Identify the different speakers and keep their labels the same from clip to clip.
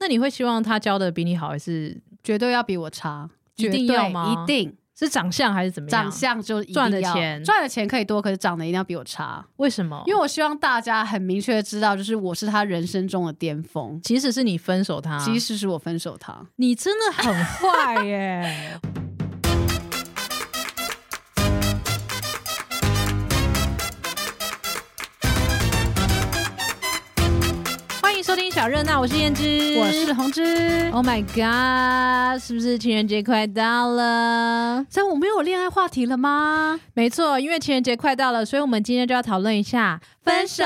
Speaker 1: 那你会希望他教的比你好，还是
Speaker 2: 绝对要比我差，
Speaker 1: 一定
Speaker 2: 绝对
Speaker 1: 要吗
Speaker 2: 一定，
Speaker 1: 是长相还是怎么样？
Speaker 2: 长相就一定
Speaker 1: 赚的
Speaker 2: 要
Speaker 1: 钱哦
Speaker 2: 赚的钱可以多，可是长得一定要比我差，
Speaker 1: 为什么？
Speaker 2: 因为我希望大家很明确的知道，就是我是他人生中的巅峰，
Speaker 1: 即使是你分手他，
Speaker 2: 即使是我分手他。
Speaker 1: 你真的很坏耶。欢迎收听小热闹，我是燕之，
Speaker 2: 我是红之，
Speaker 1: Oh my God，是不是情人节快到了？
Speaker 2: 所以我们有恋爱话题了吗？
Speaker 1: 没错，因为情人节快到了，所以我们今天就要讨论一下分手。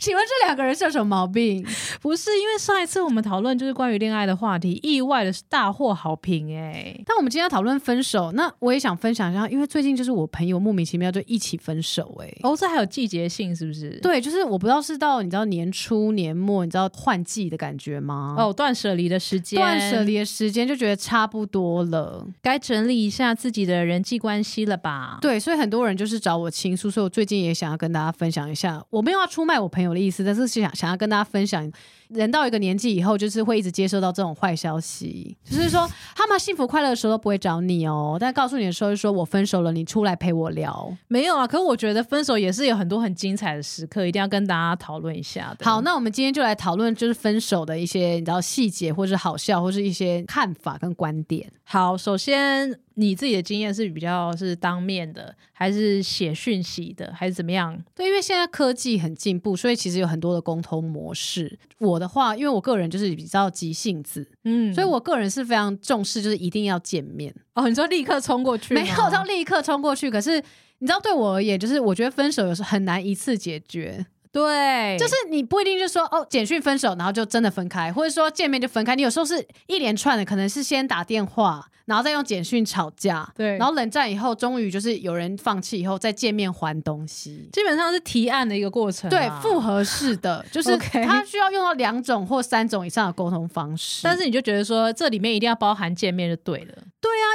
Speaker 2: 请问这两个人是有什么毛病？
Speaker 1: 不是因为上一次我们讨论就是关于恋爱的话题，意外的是大获好评哎、
Speaker 2: 但我们今天要讨论分手，那我也想分享一下，因为最近就是我朋友莫名其妙就一起分手、欸，
Speaker 1: 哦，这还有季节性是不是？，
Speaker 2: 对，就是我不知道是到你知道年初年末，你知道换季的感觉吗？
Speaker 1: 哦，断舍离的时间，
Speaker 2: 断舍离的时间就觉得差不多了，
Speaker 1: 该整理一下自己的人际关系了吧？
Speaker 2: 对，所以很多人就是找我倾诉，所以我最近也想要跟大家分享一下，我没有要出卖我朋友的意思，但是是想想要跟大家分享，人到一个年纪以后，就是会一直接收到这种坏消息，
Speaker 1: 嗯
Speaker 2: 就是说他们幸福快乐的时候都不会找你哦，但告诉你的时候就说我分手了，你出来陪我聊。
Speaker 1: 没有啊，可我觉得分手也是有很多很精彩的时刻，一定要跟大家讨论一下的。
Speaker 2: 好，那我们今天就来讨论就是分手的一些你知道细节，或是好笑，或是一些看法跟观点。
Speaker 1: 好，首先你自己的经验是比较是当面的，还是写讯息的，还是怎么样？
Speaker 2: 对，因为现在科技很进步，所以其实有很多的沟通模式。我的话，因为我个人就是比较急性子，
Speaker 1: 嗯
Speaker 2: 所以我个人是非常重视，就是一定要见面，
Speaker 1: 哦，你说立刻冲过去吗，
Speaker 2: 没有到立刻冲过去。可是你知道，对我而言，就是我觉得分手有时候很难一次解决，
Speaker 1: 对，
Speaker 2: 就是你不一定就说哦，简讯分手，然后就真的分开，或者说见面就分开。你有时候是一连串的，可能是先打电话，然后再用简讯吵架，
Speaker 1: 对
Speaker 2: 然后冷战以后，终于就是有人放弃以后再见面还东西。
Speaker 1: 基本上是提案的一个过程、啊
Speaker 2: 对，复。合式 的，就是它
Speaker 1: OK
Speaker 2: 需要用到两种或三种以上的沟通方式。
Speaker 1: 但是你就觉得说，这里面一定要包含见面就对了。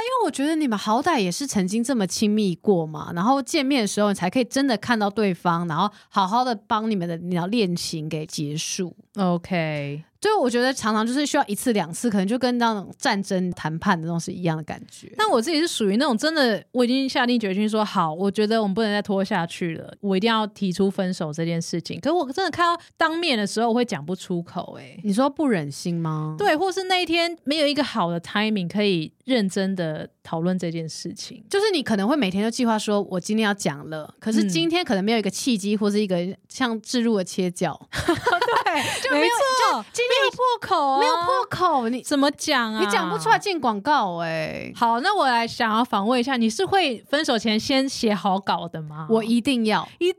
Speaker 2: 因为我觉得你们好歹也是曾经这么亲密过嘛，然后见面的时候你才可以真的看到对方，然后好好的帮你们的你要恋情给结束。
Speaker 1: OK，
Speaker 2: 所以我觉得常常就是需要一次两次，可能就跟那种战争谈判的那种是一样的感觉。
Speaker 1: 但我自己是属于那种真的，我已经下定决心说好，我觉得我们不能再拖下去了，我一定要提出分手这件事情。可我真的看到当面的时候，我会讲不出口、欸，
Speaker 2: 你说不忍心吗？，
Speaker 1: 对，或是那一天没有一个好的 timing 可以认真的讨论这件事情。
Speaker 2: 就是你可能会每天都计划说，我今天要讲了，可是
Speaker 1: 嗯
Speaker 2: 今天可能没有一个契机，或是一个像置入的切角，
Speaker 1: 对，就
Speaker 2: 没有
Speaker 1: 错，
Speaker 2: 今
Speaker 1: 没有破口、哦
Speaker 2: 天没有破，口，你
Speaker 1: 怎么讲啊？
Speaker 2: 你讲不出来。进广告哎、
Speaker 1: 好，那我来想要访问一下，你是会分手前先写好稿的吗？
Speaker 2: 我一定要。
Speaker 1: 一定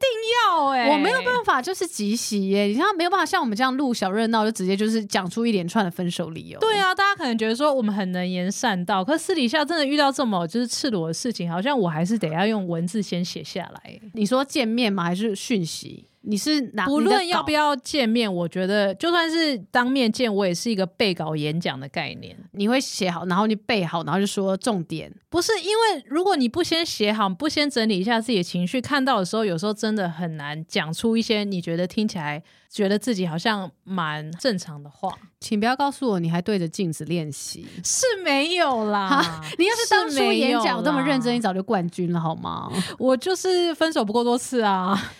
Speaker 1: 要哎、
Speaker 2: 我没有办法，就是即席耶，你像没有办法像我们这样录小热闹，就直接就是讲出一连串的分手理由。
Speaker 1: 对，啊，大家可能觉得说我们很能言善道，可私底下真的遇到这么就是赤裸的事情，好像我还是得要用文字先写下来。
Speaker 2: 你说见面吗？还是讯息？你是哪？
Speaker 1: 不论要不
Speaker 2: 要，
Speaker 1: 要见面，我觉得就算是当面见，我也是一个背稿演讲的概念。
Speaker 2: 你会写好，然后你背好，然后就说重点。
Speaker 1: 不是因为如果你不先写好，不先整理一下自己的情绪，看到的时候，有时候真的很难讲出一些你觉得听起来觉得自己好像蛮正常的话，
Speaker 2: 请不要告诉我你还对着镜子练习。
Speaker 1: 是没有啦
Speaker 2: 哈。你要是当初
Speaker 1: 没
Speaker 2: 演
Speaker 1: 有
Speaker 2: 讲这么
Speaker 1: 啦
Speaker 2: 认真，你，早就冠军了好吗？
Speaker 1: 我就是分手不够多次啊。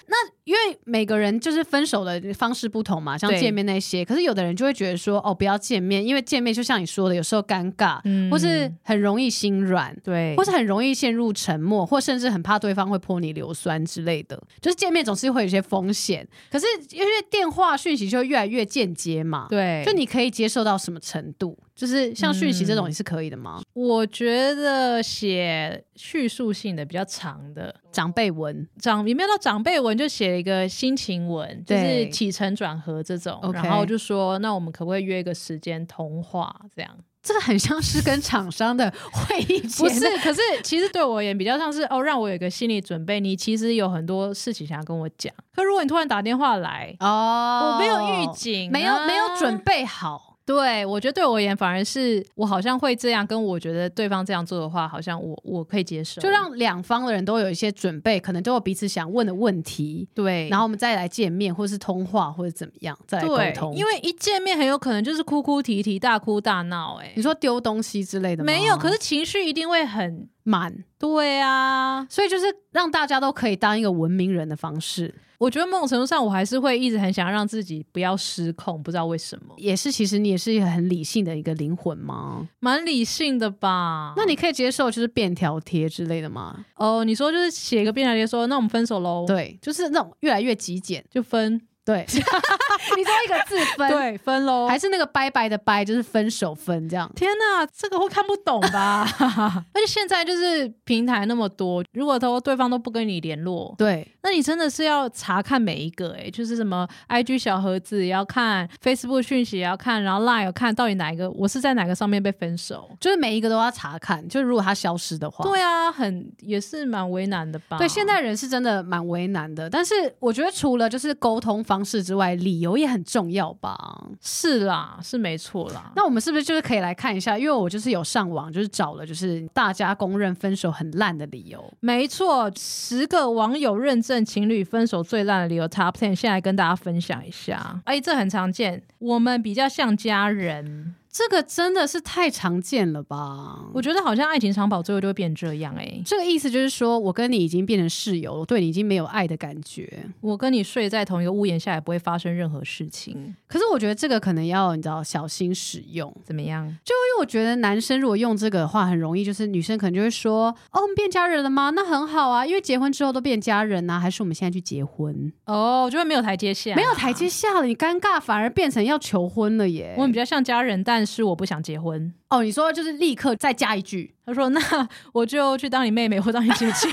Speaker 2: 因为每个人就是分手的方式不同嘛，像
Speaker 1: 对
Speaker 2: 见面那些，可是有的人就会觉得说，哦，不要见面，因为见面就像你说的，有时候尴尬，
Speaker 1: 嗯
Speaker 2: 或是很容易心软，
Speaker 1: 对
Speaker 2: 或是很容易陷入沉默，或甚至很怕对方会泼你硫酸之类的。就是见面总是会有一些风险，可是因为电话讯息就会越来越间接嘛，，
Speaker 1: 对，
Speaker 2: 就你可以接受到什么程度？就是像讯息这种，你是可以的吗？
Speaker 1: 我觉得写叙述性的比较长的，
Speaker 2: 长辈文，
Speaker 1: 长也没有到长辈文，就写一个心情文，就是
Speaker 2: 对
Speaker 1: 起承转合这种，
Speaker 2: OK
Speaker 1: 然后就说那我们可不可以约一个时间通话这 样？
Speaker 2: 这个很像是跟厂商的会议前
Speaker 1: 不是
Speaker 2: 的，
Speaker 1: 可是其实对我而言比较像是哦，让我有一个心理准备，你其实有很多事情想要跟我讲，可如果你突然打电话来，
Speaker 2: 哦，
Speaker 1: 我没有预警啊、
Speaker 2: 没有没有准备好。
Speaker 1: 对我觉得对我而言，反而是我好像会这样，跟我觉得对方这样做的话，好像我我可以接受，
Speaker 2: 就让两方的人都有一些准备，可能都有彼此想问的问题，
Speaker 1: 对，
Speaker 2: 然后我们再来见面，或是通话，或者怎么样，再来沟
Speaker 1: 对，
Speaker 2: 通。
Speaker 1: 因为一见面很有可能就是哭哭啼啼、大哭大闹、
Speaker 2: 你说丢东西之类
Speaker 1: 哎，
Speaker 2: 的吗，
Speaker 1: 没有，可是情绪一定会很
Speaker 2: 满，
Speaker 1: 对啊。
Speaker 2: 所以就是让大家都可以当一个文明人的方式，
Speaker 1: 我觉得某种程度上，我还是会一直很想让自己不要失控，不知道为什么，
Speaker 2: 也是其实你也是一个很理性的一个灵魂吗？
Speaker 1: 蛮理性的吧？
Speaker 2: 那你可以接受就是便条贴之类的吗？
Speaker 1: 哦，你说就是写一个便条贴说，那我们分手喽，，
Speaker 2: 对，就是那种越来越极简，
Speaker 1: 就分，
Speaker 2: 对， 你说一个字分，，
Speaker 1: 对，分喽。
Speaker 2: 还是那个拜拜的拜，就是分手分这样。
Speaker 1: 天呐，这个会看不懂 吧？而且现在就是平台那么多，如果都对方都不跟你联络，
Speaker 2: 对，
Speaker 1: 那你真的是要查看每一个、欸，就是什么 IG 小盒子也要看，Facebook 讯息也要看，然后 Line 有看到底哪一个我是在哪个上面被分手。
Speaker 2: 就是每一个都要查看，就是如果它消失的话，
Speaker 1: 对啊，很也是蛮为难的吧？
Speaker 2: 对，现代人是真的蛮为难的。但是我觉得除了就是沟通方式之外，理由也很重要吧。
Speaker 1: 是啦，是没错啦。
Speaker 2: 那我们是不是就是可以来看一下？因为我就是有上网，就是找了就是大家公认分手很烂的理由。
Speaker 1: 没错，十个网友认证情侣分手最烂的理由 Top Ten，现在跟大家分享一下。哎，这很常见，我们比较像家人。
Speaker 2: 这个真的是太常见了吧？
Speaker 1: 我觉得好像爱情长跑最后就会变这样哎、
Speaker 2: 这个意思就是说，我跟你已经变成室友了，我对你已经没有爱的感觉。
Speaker 1: 我跟你睡在同一个屋檐下，也不会发生任何事情，
Speaker 2: 可是我觉得这个可能要你知道小心使用，
Speaker 1: 怎么样？
Speaker 2: 因为我觉得男生如果用这个的话，很容易就是女生可能就会说：“哦，我们变家人了吗？那很好啊，因为结婚之后都变家人啊，还是我们现在去结婚？
Speaker 1: 哦，就会没有台阶下，
Speaker 2: 没有台阶。下了，你尴尬反而变成要求婚了耶
Speaker 1: 我。们比较像家人，但是我不想结婚。
Speaker 2: 哦，你说就是立刻再加一句
Speaker 1: 他说：“那我就去当你妹妹，或当你姐 姐。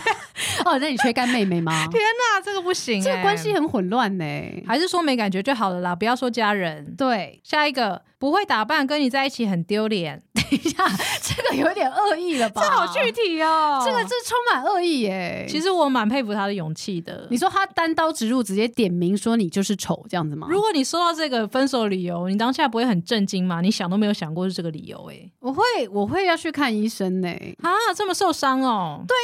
Speaker 2: 哦，那你缺干妹妹 吗？”
Speaker 1: 那这个不行、
Speaker 2: 啊这个
Speaker 1: 哎
Speaker 2: 关系很混乱呢、
Speaker 1: 还是说没感觉就好了啦，不要说家人。
Speaker 2: 对，
Speaker 1: 下一个不会打扮，跟你在一起很丢脸，
Speaker 2: 等一下，这个有点恶意了吧？
Speaker 1: 体哦
Speaker 2: 这
Speaker 1: 这
Speaker 2: 个
Speaker 1: 个
Speaker 2: 这充满恶意耶、
Speaker 1: 其
Speaker 2: 实
Speaker 1: 实我蛮佩服他的勇气的
Speaker 2: 你。说他单刀直入，直接点名说你就是丑这样子吗？
Speaker 1: 如果你收到这个分手理由，你当下不会很震惊吗？你想都没有想过是这个理由、哎。
Speaker 2: 我会我会要去看医生呢、
Speaker 1: 啊，这么受伤哦？对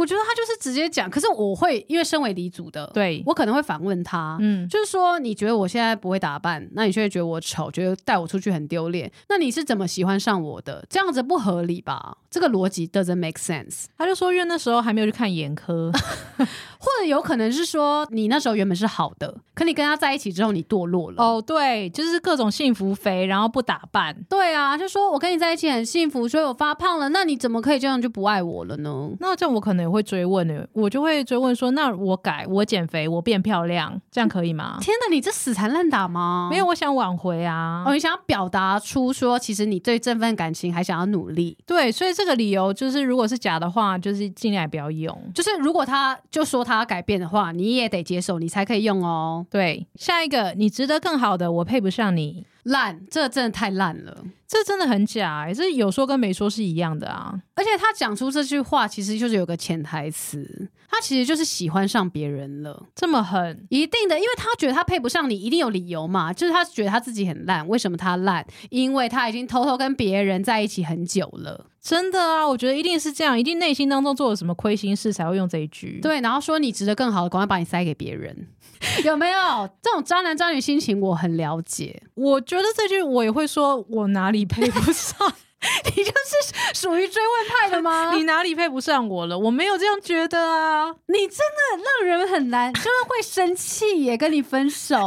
Speaker 2: 我觉得他就是直接讲，可是我会因为身为离组的，，
Speaker 1: 对，
Speaker 2: 我可能会反问他。
Speaker 1: 嗯，
Speaker 2: 就是说，你觉得我现在不会打扮，那你就会觉得我丑，觉得带我出去很丢脸。那你是怎么喜欢上我的？这样子不合理吧？这个逻辑 doesn't make sense。
Speaker 1: 他就说因为那时候还没有去看眼科，
Speaker 2: 或者有可能是说，你那时候原本是好的，可你跟他在一起之后，你堕落 了。
Speaker 1: 哦，对，就是各种幸福肥，然后不打扮。
Speaker 2: 对啊，就说我跟你在一起很幸福，所以我发胖了。那你怎么可以这样就不爱我了呢？
Speaker 1: 那这样我可能也会追问的，我就会追问说，那我改，我减肥，我变漂亮，这样可以 吗？
Speaker 2: 天哪，你这死缠烂打吗？
Speaker 1: 没有，我想挽回啊。
Speaker 2: 哦，你想要表达出说，其实你对这份感情还想要努力。
Speaker 1: 对，所以这个理由就是，如果是假的话，就是尽量也不要用。
Speaker 2: 就是如果他就说他要改变的话，你也得接受，你才可以用哦。
Speaker 1: 对，下一个你值得更好的，我配不上你，
Speaker 2: 烂，这真的太烂了。
Speaker 1: 这真的很假、欸，这有说跟没说是一样的啊。
Speaker 2: 而且他讲出这句话，其实就是有个潜台词，他其实就是喜欢上别人了，
Speaker 1: 这么狠，
Speaker 2: 一定的，因为他觉得他配不上你，一定有理由嘛，就是他觉得他自己很烂，为什么他烂？因为他已经偷偷跟别人在一起很久了，
Speaker 1: 真的啊，我觉得一定是这样，一定内心当中做了什么亏心事才会用这一句。
Speaker 2: 对，然后说你值得更好的，赶快把你塞给别人，有没有？这种渣男渣女心情我很了 解，
Speaker 1: 我觉得这句我也会说，我哪里配不 上
Speaker 2: 你就是属于追问派的吗
Speaker 1: 你，哪里配不上我了？我没有这样觉得啊，
Speaker 2: 你真的让人很难，就是会生气也跟你分手。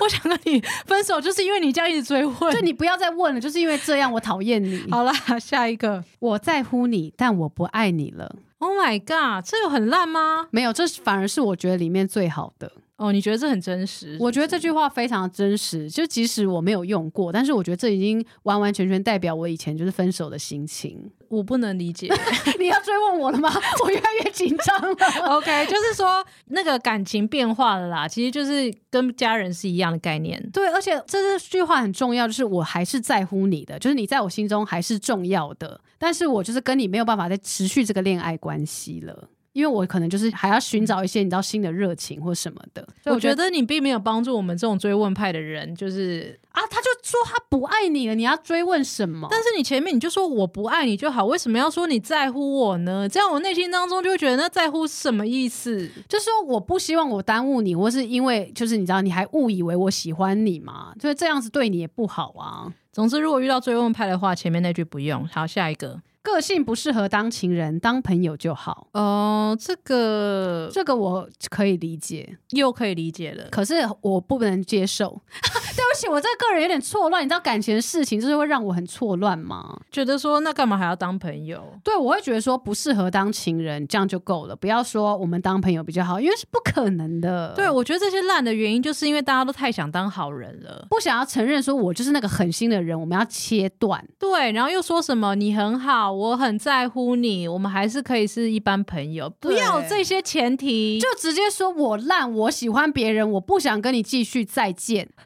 Speaker 1: 我想跟你分手，就是因为你这样一直追问。
Speaker 2: 就你不要再问了，就是因为这样我讨厌你。
Speaker 1: 好啦，下一个
Speaker 2: 我在乎你，但我不爱你了。
Speaker 1: ，Oh my god，这有很烂吗？
Speaker 2: 没有，这反而是我觉得里面最好的。
Speaker 1: 哦，你觉得这很真实？
Speaker 2: 我觉得这句话非常真实，就即使我没有用过，但是我觉得这已经完完全全代表我以前就是分手的心情。
Speaker 1: 我不能理解。
Speaker 2: 你要追问我了吗？我越来越紧张了。
Speaker 1: OK，就是说那个感情变化了啦，其实就是跟家人是一样的概念。
Speaker 2: 对，而且这句话很重要，就是我还是在乎你的，就是你在我心中还是重要的，但是我就是跟你没有办法再持续这个恋爱关系了。因为我可能就是还要寻找一些你知道新的热情或什么的。所以
Speaker 1: 我觉得你并没有帮助我们这种追问派的人，就是，
Speaker 2: 啊，他就说他不爱你了，你要追问什么？
Speaker 1: 但是你前面你就说我不爱你就好，为什么要说你在乎我呢？这样我内心当中就会觉得那在乎什么意思？
Speaker 2: 就是说我不希望我耽误你，或是因为就是你知道你还误以为我喜欢你嘛，就是这样子对你也不好啊。
Speaker 1: 总之，如果遇到追问派的话，前面那句不用。好，下一个，
Speaker 2: 个性不适合当情人，当朋友就好。
Speaker 1: 哦、这个
Speaker 2: 这个我可以理解，
Speaker 1: 又可以理解了。
Speaker 2: 可是我不能接受。 对不起，我这个人有点错乱，你知道感情的事情就是会让我很错乱吗？
Speaker 1: 觉得说那干嘛还要当朋友？
Speaker 2: 对，我会觉得说不适合当情人，这样就够了，不要说我们当朋友比较好，因为是不可能的。
Speaker 1: 对，我觉得这些烂的原因，就是因为大家都太想当好人了。
Speaker 2: 不想要承认说我就是那个狠心的人，我们要切断。
Speaker 1: 对，然后又说什么你很好，我很在乎你，我们还是可以是一般朋友。不要有
Speaker 2: 对
Speaker 1: 这些前提，
Speaker 2: 就直接说我烂，我喜欢别人，我不想跟你继续再见。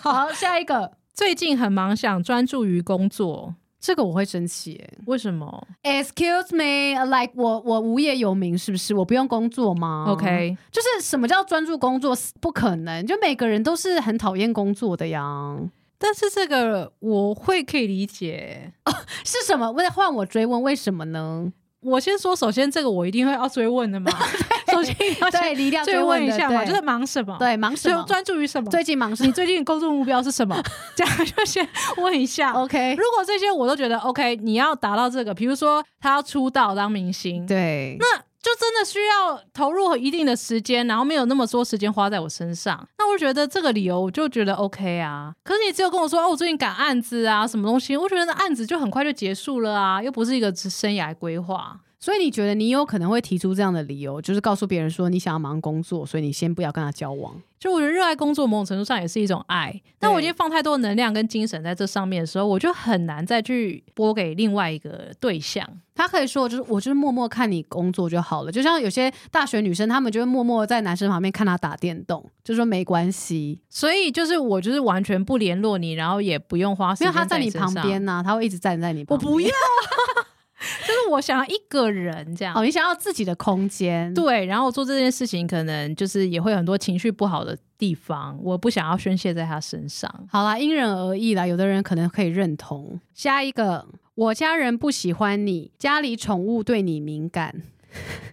Speaker 2: 好，下一个，
Speaker 1: 最近很忙，想专注于工作，
Speaker 2: 这个我会生气耶、
Speaker 1: 为什么、
Speaker 2: Excuse me，like 我我无业游民是不是？我不用工作吗
Speaker 1: o k
Speaker 2: 就是什么叫专注工作？不可能，就每个人都是很讨厌工作的呀。
Speaker 1: 但是这个我会可以理解。
Speaker 2: 是什么？为了换我追问为什么呢？
Speaker 1: 我先说，首先这个我一定会要追问 的嘛。 首先要先
Speaker 2: 对，你一定要
Speaker 1: 追
Speaker 2: 追问
Speaker 1: 一
Speaker 2: 的
Speaker 1: 下嘛，
Speaker 2: 对
Speaker 1: 就是忙什么？，
Speaker 2: 对忙什么？
Speaker 1: 专注于什么？
Speaker 2: 最近忙什
Speaker 1: 你
Speaker 2: 么
Speaker 1: 最近工作目标是 什么？这样就先问一下。
Speaker 2: ？OK，
Speaker 1: 如果这些我都觉得 OK，你要达到这个，比如说他要出道当明星，
Speaker 2: 对，
Speaker 1: 那就真的需要投入一定的时间，然后没有那么多时间花在我身上。那我就觉得这个理由我就觉得 OK 啊。可是你只有跟我说哦，我最近赶案子啊，什么东西，我觉得那案子就很快就结束了啊，又不是一个生涯规划。
Speaker 2: 所以你觉得你有可能会提出这样的理由，就是告诉别人说你想要忙工作，所以你先不要跟他交往。
Speaker 1: 就我觉得热爱工作某种程度上也是一种爱，但我已经放太多能量跟精神在这上面的时候，我就很难再去拨给另外一个对象。
Speaker 2: 他可以说，就是我就是默默看你工作就好了。就像有些大学女生，她们就会默默在男生旁边看他打电动，就说没关系，
Speaker 1: 所以就是我就是完全不联络你，然后也不用花时
Speaker 2: 因
Speaker 1: 间
Speaker 2: 为他在
Speaker 1: 在
Speaker 2: 你
Speaker 1: 身上
Speaker 2: 旁，边呐、他会一直站在你
Speaker 1: 我
Speaker 2: 旁边。
Speaker 1: 不要，啊 就是我想要一个人这样。
Speaker 2: 哦，你想要自己的空间，
Speaker 1: 对，然后做这件事情，可能就是也会有很多情绪不好的地方，我不想要宣泄在他身上。
Speaker 2: 好啦，因人而异啦，有的人可能可以认同。下一个，我家人不喜欢你，家里宠物对你敏感。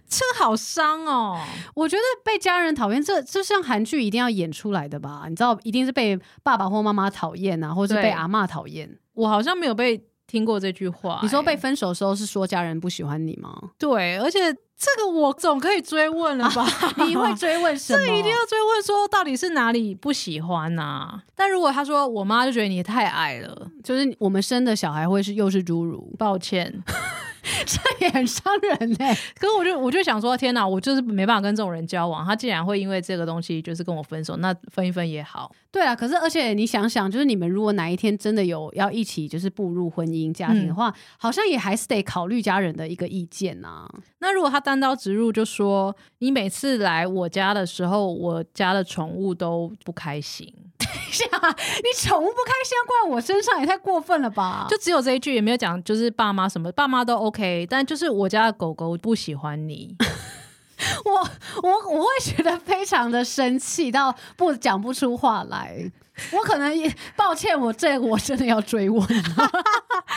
Speaker 1: 这个好伤哦，
Speaker 2: 我觉得被家人讨厌，这这像韩剧一定要演出来的吧？你知道，一定是被爸爸或妈妈讨厌啊，或是
Speaker 1: 对
Speaker 2: 被阿嬷讨厌。
Speaker 1: 我好像没有被听过这句话、
Speaker 2: 你说被
Speaker 1: 哎
Speaker 2: 分手的时候是说家人不喜欢你吗？
Speaker 1: 对，而且这个我总可以追问 了吧？
Speaker 2: 你会追问 什么？
Speaker 1: 这一定要追问说到底是哪里不喜欢呐、但如果他说我妈就觉得你太矮了，，
Speaker 2: 就是我们生的小孩会是又是侏儒
Speaker 1: 抱歉。
Speaker 2: 这也很伤人欸嘞、
Speaker 1: 可是我就我就想说，天哪，我就是没办法跟这种人交往。他竟然会因为这个东西就是跟我分手，那分一分也好。
Speaker 2: 对啊，可是而且你想想，就是你们如果哪一天真的有要一起就是步入婚姻家庭的话，好像也还是得考虑家人的一个意见啊 呐、
Speaker 1: 那如果他单刀直入就说，你每次来我家的时候，我家的宠物都不开心，
Speaker 2: 啊你宠物不开心要怪我身上也太过分了吧？
Speaker 1: 就只有这一句，也没有讲就是爸妈什么，爸妈都 OK，但就是我家的狗狗不喜欢你。
Speaker 2: 我我我会觉得非常的生气到不讲不出话来。我可能也抱歉，我这个我真的要追问了，对 吧？这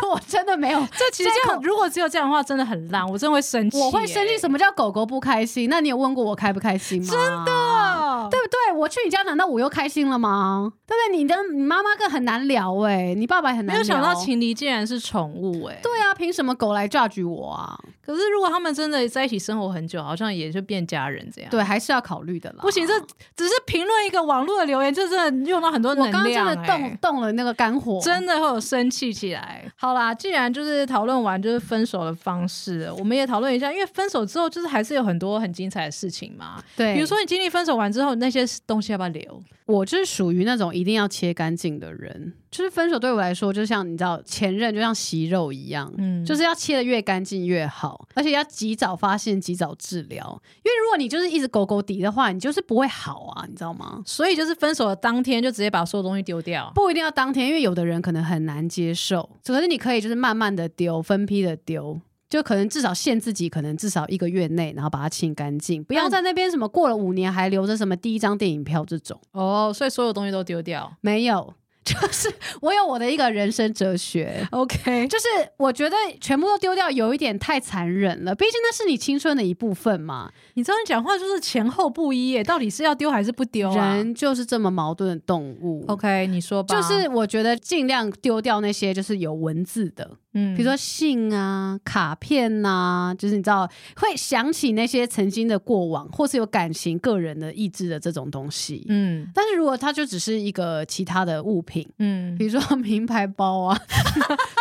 Speaker 2: 个我真的没有，
Speaker 1: 这其实这
Speaker 2: 这
Speaker 1: 样，
Speaker 2: 口
Speaker 1: 如果只有这样的话，真的很烂，我真的会生气耶、欸
Speaker 2: 我会生气。什么叫狗狗不开心？那你有问过我开不开心吗？真的，
Speaker 1: 啊
Speaker 2: 对不对？我去你家，难道我又开心了吗？对不对？你的你妈妈更很难聊哎、你爸爸也很难聊。
Speaker 1: 没有想到情敌竟然是宠物哎、
Speaker 2: 对啊，凭什么狗来 judge 我啊？
Speaker 1: 可是如果他们真的在一起生活很久，好像也就变家人这样。，
Speaker 2: 对，还是要考虑的啦。
Speaker 1: 不行，这只是评论一个网络的留言，这真的用到很多
Speaker 2: 我
Speaker 1: 能
Speaker 2: 刚
Speaker 1: 量、
Speaker 2: 刚
Speaker 1: 欸。
Speaker 2: 真的动动了那个肝火，
Speaker 1: 真的会有生气起来。好啦，既然就是讨论完就是分手的方式了，我们也讨论一下，因为分手之后就是还是有很多很精彩的事情嘛。
Speaker 2: 对。
Speaker 1: 比如说你经历分手完之后，那些东西要不要留？
Speaker 2: 我就是属于那种一定要切干净的人，就是分手对我来说，就像你知道，前任就像息肉一样，
Speaker 1: 嗯，
Speaker 2: 就是要切的越干净越好，而且要及早发现、及早治疗。因为如果你就是一直狗狗底的话，你就是不会好啊，你知道吗？
Speaker 1: 所以就是分手的当天就直接把所有东西丢 掉。
Speaker 2: 不一定要当天，因为有的人可能很难接受，可是你可以就是慢慢的丢，分批的丢。就可能至少限自己，可能至少一个月内，然后把它清干净，不要在那边什么过了五年还留着什么第一张电影票这种，
Speaker 1: 哦，所以所有东西都丢掉。
Speaker 2: 没有， 就是我有我的一个人生哲学。
Speaker 1: OK，
Speaker 2: 就是我觉得全部都丢掉有一点太残忍了，毕竟那是你青春的一部分嘛。
Speaker 1: 你这样讲话就是前后不一耶，到底是要丢还是不丢啊
Speaker 2: 人就是这么矛盾的动物。
Speaker 1: ？OK，你说吧。
Speaker 2: 就是我觉得尽量丢掉那些就是有文字的，
Speaker 1: 嗯
Speaker 2: 比如说信啊、卡片呐、就是你知道会想起那些曾经的过往，或是有感情、个人的意志的这种东西。
Speaker 1: 嗯
Speaker 2: 但是如果它就只是一个其他的物品，
Speaker 1: 嗯
Speaker 2: 比，如说名牌包啊，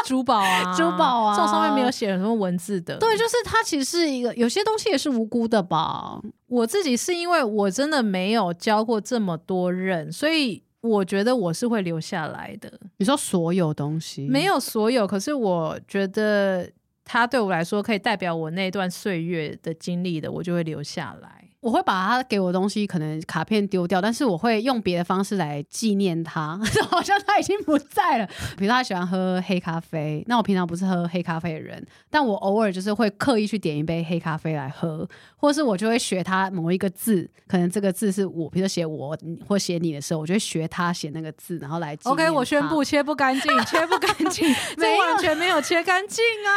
Speaker 1: 珠宝啊，
Speaker 2: 珠宝啊
Speaker 1: 这种上面没有写什么文字的。
Speaker 2: 对，就是它其实是一个有些东西也是无辜的吧。
Speaker 1: 我自己是因为我真的没有教过这么多人，所以我觉得我是会留下来的。
Speaker 2: 你说所有东西
Speaker 1: 没有所有，可是我觉得它对我来说可以代表我那段岁月的经历的，我就会留下来。
Speaker 2: 我会把他给我的东西，可能卡片丢掉，但是我会用别的方式来纪念他， 好像他已经不在了。比如他喜欢喝黑咖啡，那我平常不是喝黑咖啡的人，但我偶尔就是会刻意去点一杯黑咖啡来喝，或是我就会学他某一个字，可能这个字是我，比如说写我你或写你的时候，我就会学他写那个字，然后来纪念
Speaker 1: OK，我宣
Speaker 2: 他
Speaker 1: 布，切不干净，切不干净，
Speaker 2: 没
Speaker 1: 这
Speaker 2: 有
Speaker 1: 完全没有切干净 啊！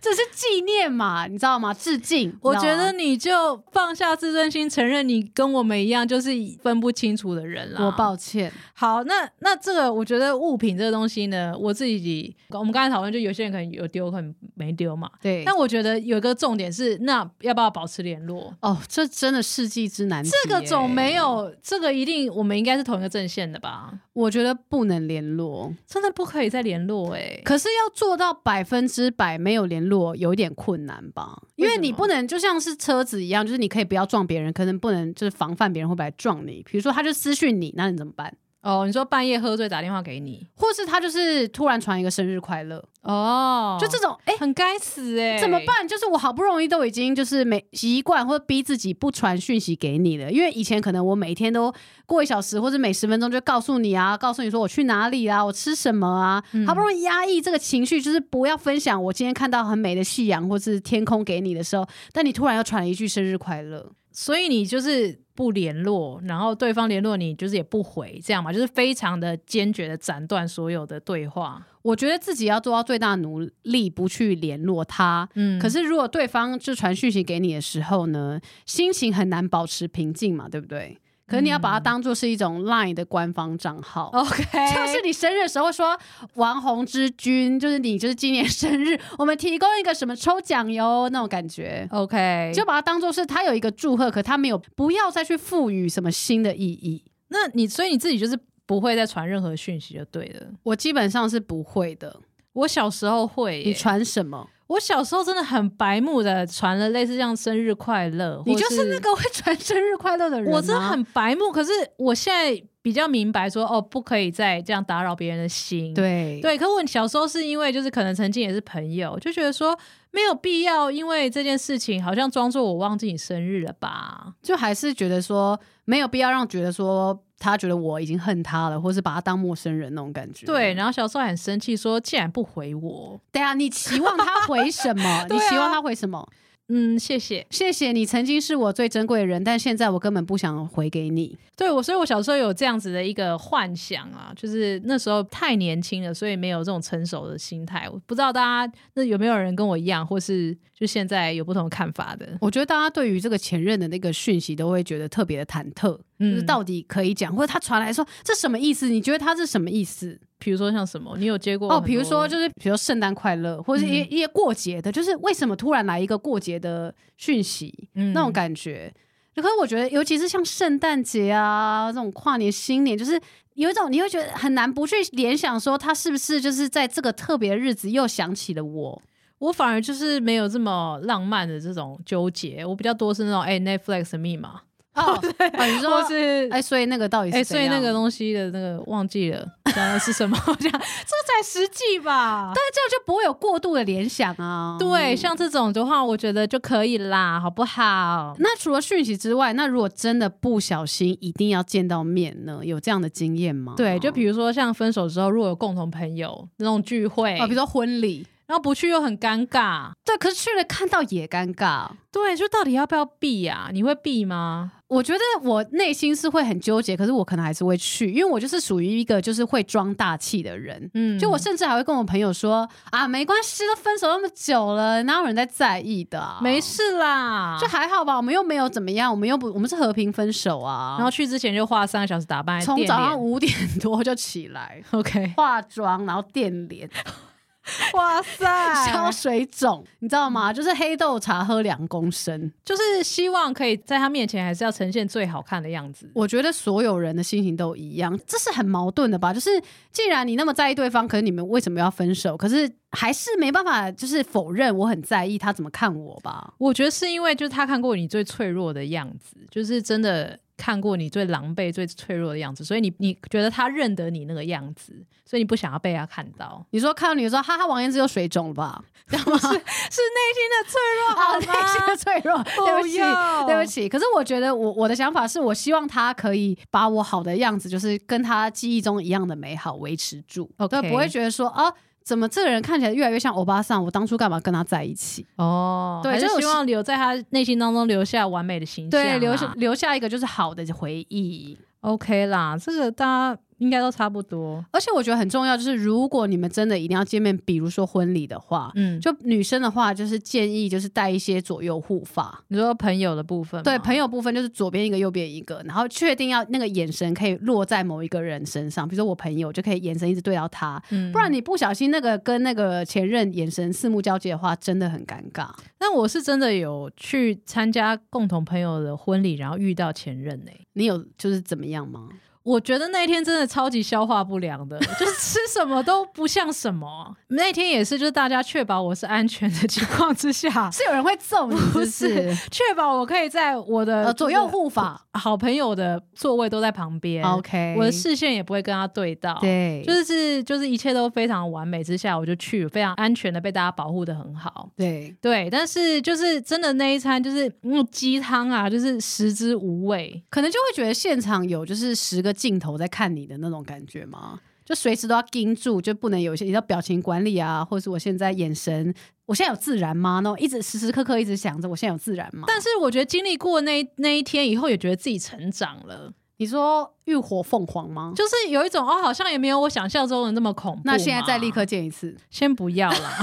Speaker 2: 这是纪念嘛，你知道吗？致敬，你
Speaker 1: 我
Speaker 2: 知道
Speaker 1: 觉
Speaker 2: 吗
Speaker 1: 得你就放下自尊心，承认你跟我们一样，就是分不清楚的人啦。
Speaker 2: 我抱歉，
Speaker 1: 好，那那这个我觉得物品这个东西呢，我自己我们刚才讨论，就有些人可能有丢，可能没丢嘛。
Speaker 2: 对，
Speaker 1: 但我觉得有一个重点是，那要不要保持联络？
Speaker 2: 哦，这真的世纪之难题耶，
Speaker 1: 这个总没有，这个一定我们应该是同一个阵线的吧？
Speaker 2: 我觉得不能联络，
Speaker 1: 真的不可以再联络哎、
Speaker 2: 可是要做到百分之百没有联络，有点困难吧？因
Speaker 1: 为
Speaker 2: 为
Speaker 1: 什么
Speaker 2: 你不能就像是车子一样，就是你可以不要撞别人，可能不能就是防范别人会不会来撞你。比如说他就私讯你，那你怎么办？
Speaker 1: 哦，你说半夜喝醉打电话给你
Speaker 2: 或是他就是突然传一个生日快乐，
Speaker 1: 哦
Speaker 2: 就这种哎。
Speaker 1: 很该死哎、
Speaker 2: 怎么？办？就是我好不容易都已经就是没习惯或者逼自己不传讯息给你了，因为以前可能我每天都过一小时或者每十分钟就告诉你啊，告诉你说我去哪里啊，我吃什么啊，好不容易压抑这个情绪，就是不要分享我今天看到很美的夕阳或是天空给你的时候，但你突然又传了一句生日快乐，
Speaker 1: 所以你就是不联络，然后对方联络你就是也不回，这样嘛，就是非常的坚决的斩断所有的对话。
Speaker 2: 我觉得自己要做到最大努力，不去联络他。
Speaker 1: 嗯
Speaker 2: 可是，如果对方就传讯息给你的时候呢，心情很难保持平静嘛，对不对？可是你要把它
Speaker 1: 嗯
Speaker 2: 当做是一种 LINE 的官方账号，
Speaker 1: OK，
Speaker 2: 就是你生日的时候会说“王红之君”，就是你就是今年生日， 我们提供一个什么抽奖哟那种感觉，
Speaker 1: OK，
Speaker 2: 就把它当做是他有一个祝贺，可他没有不要再去赋予什么新的意义。
Speaker 1: 那你所以你自己就是不会再传任何讯息就对了。
Speaker 2: 我基本上是不会的。
Speaker 1: 我小时候会耶、
Speaker 2: 你传什么？
Speaker 1: 我小时候真的很白目的传了类似像生日快乐，
Speaker 2: 你
Speaker 1: 或
Speaker 2: 就是那个会传生日快乐的人、啊。
Speaker 1: 我真的很白目，可是我现在比较明白说，哦，不可以再这样打扰别人的心。
Speaker 2: 对
Speaker 1: 对，可我小时候是因为就是可能曾经也是朋友，就觉得说没有必要，因为这件事情好像装作我忘记你生日了吧？
Speaker 2: 就还是觉得说没有必要让觉得说他觉得我已经恨他了，或是把他当陌生人那种感觉。
Speaker 1: 对，，然后小时候还很生气，说竟然不回我，
Speaker 2: 对啊，你期望他回什 么？
Speaker 1: 对
Speaker 2: 你
Speaker 1: 啊
Speaker 2: 期望他回什么？
Speaker 1: 嗯，谢谢。
Speaker 2: 谢谢你曾经是我最珍贵的人，但现在我根本不想回给你。
Speaker 1: 对我，所以我小时候有这样子的一个幻想啊，就是那时候太年轻了，所以没有这种成熟的心态。我不知道大家那有没有人跟我一样，或是就现在有不同的看法的，
Speaker 2: 我觉得大家对于这个前任的那个讯息都会觉得特别的忐忑，就是
Speaker 1: 嗯
Speaker 2: 到底可以讲，或者他传来说这什么意思？你觉得他是什么意思？
Speaker 1: 比如说像什么，你有接过
Speaker 2: 哦，
Speaker 1: 很多
Speaker 2: 比如说就是比如说圣诞快乐，或者是一些
Speaker 1: 嗯
Speaker 2: 一些过节的，就是为什么突然来一个过节的讯息？
Speaker 1: 嗯
Speaker 2: 那种感觉。可是我觉得，尤其是像圣诞节啊，这种跨年、新年，就是有一种你会觉得很难不去联想，说他是不是就是在这个特别的日子又想起了我。
Speaker 1: 我反而就是没有这么浪漫的这种纠结，我比较多是那种哎、Netflix 的密码，
Speaker 2: 哦，哦你说
Speaker 1: 或是
Speaker 2: 哎，所以那个到底是
Speaker 1: 哎、所以
Speaker 2: 怎
Speaker 1: 那
Speaker 2: 样
Speaker 1: 个东西的那个忘记了，讲的是什么？这样这才实际吧？嗯
Speaker 2: 那这样就不会有过度的联想啊。
Speaker 1: 对，像这种的话，我觉得就可以啦，好不好？
Speaker 2: 那除了讯息之外，那如果真的不小心一定要见到面呢？有这样的经验吗？
Speaker 1: 嗯哦对，就比如说像分手之后，如果有共同朋友那种聚会，
Speaker 2: 啊，比如说婚礼，
Speaker 1: 然后不去又很尴尬。
Speaker 2: 对，可是去了看到也尴尬。
Speaker 1: 对，就到底要不要避呀、你会避吗？
Speaker 2: 我觉得我内心是会很纠结，可是我可能还是会去，因为我就是属于一个就是会装大气的人。
Speaker 1: 嗯，
Speaker 2: 就我甚至还会跟我朋友说啊，没关系，都分手那么久了，哪有人在在意的、啊？
Speaker 1: 没事啦，
Speaker 2: 就还好吧，我们又没有怎么样，我们又不，我们是和平分手啊。
Speaker 1: 然后去之前就花三个小时打扮，
Speaker 2: 从
Speaker 1: 电
Speaker 2: 早上
Speaker 1: 脸
Speaker 2: 五点多就起来
Speaker 1: OK，
Speaker 2: 化妆，然后垫脸，
Speaker 1: 哇塞
Speaker 2: 消水肿，你知道吗？就是黑豆茶喝两公升。
Speaker 1: 就是希望可以在他面前还是要呈现最好看的样子。
Speaker 2: 我觉得所有人的心情都一样，这是很矛盾的吧？就是既然你那么在意对方，可是你们为什么要分手？可是还是没办法，就是否认我很在意他怎么看我吧。
Speaker 1: 我觉得是因为就是他看过你最脆弱的样子，就是真的看过你最狼狈、最脆弱的样子，所以你你觉得他认得你那个样子，所以你不想要被他看到，
Speaker 2: 你说看到你说哈哈，王彦之又水肿了吧？
Speaker 1: 是内
Speaker 2: 好
Speaker 1: 心的脆
Speaker 2: 内
Speaker 1: 弱，好
Speaker 2: 心
Speaker 1: 吗？
Speaker 2: 的脆弱， 对不起，
Speaker 1: 要
Speaker 2: 对不起。可是我觉得我我的想法是我希望他可以把我好的样子，就是跟他记忆中一样的美好维持住，
Speaker 1: OK
Speaker 2: 对，不会觉得说啊，怎么这个人看起来越来越像欧巴桑，我当初干嘛跟他在一起？
Speaker 1: 哦，
Speaker 2: 对
Speaker 1: 还是
Speaker 2: 就是
Speaker 1: 希望留在他内心当中留下完美的形象啦，啊
Speaker 2: 对，留下留下一个就是好的回忆。
Speaker 1: OK 啦，这个大家应该都差不多，
Speaker 2: 而且我觉得很重要，就是如果你们真的一定要见面，比如说婚礼的话，
Speaker 1: 嗯，就
Speaker 2: 就女生的话，就是建议就是带一些左右护发。
Speaker 1: 你说朋友的部分吗，
Speaker 2: 对，朋友部分就是左边一个，右边一个，然后确定要那个眼神可以落在某一个人身上，比如说我朋友就可以眼神一直对到他，
Speaker 1: 嗯
Speaker 2: 不然你不小心那个跟那个前任眼神四目交接的话，真的很尴尬。
Speaker 1: 但我是真的有去参加共同朋友的婚礼，然后遇到前任呢、
Speaker 2: 你有就是怎么样吗？，
Speaker 1: 我觉得那一天真的超级消化不良的，就是吃什么都不像什么。 那天也是，就是大家确保我是安全的情况之下
Speaker 2: 是有人会揍你，
Speaker 1: 不
Speaker 2: 不
Speaker 1: 是确保我可以在我的
Speaker 2: 呃左右护法。
Speaker 1: 好朋友的座位都在旁边
Speaker 2: OK，
Speaker 1: 我的视线也不会跟他对到，
Speaker 2: 对，
Speaker 1: 就是就是一切都非常完美之下，我就去非常安全的被大家保护的很好。
Speaker 2: 对。
Speaker 1: 对，但是就是真的那一餐就是嗯鸡汤啊，就是食之无味。
Speaker 2: 可能就会觉得现场有就是十个镜头在看你的那种感觉吗？就随时都要盯住，就不能有一些你知道表情管理啊，或者是我现在眼神，我现在有自然吗？那我一直时时刻刻一直想着我现在有自然吗？
Speaker 1: 但是我觉得经历过那一那一天以后，也觉得自己成长了，
Speaker 2: 你说浴火凤凰吗？
Speaker 1: 就是有一种哦，好像也没有我想象中的那么恐怖嘛。
Speaker 2: 那现在再立刻见一次。
Speaker 1: 先不要啦。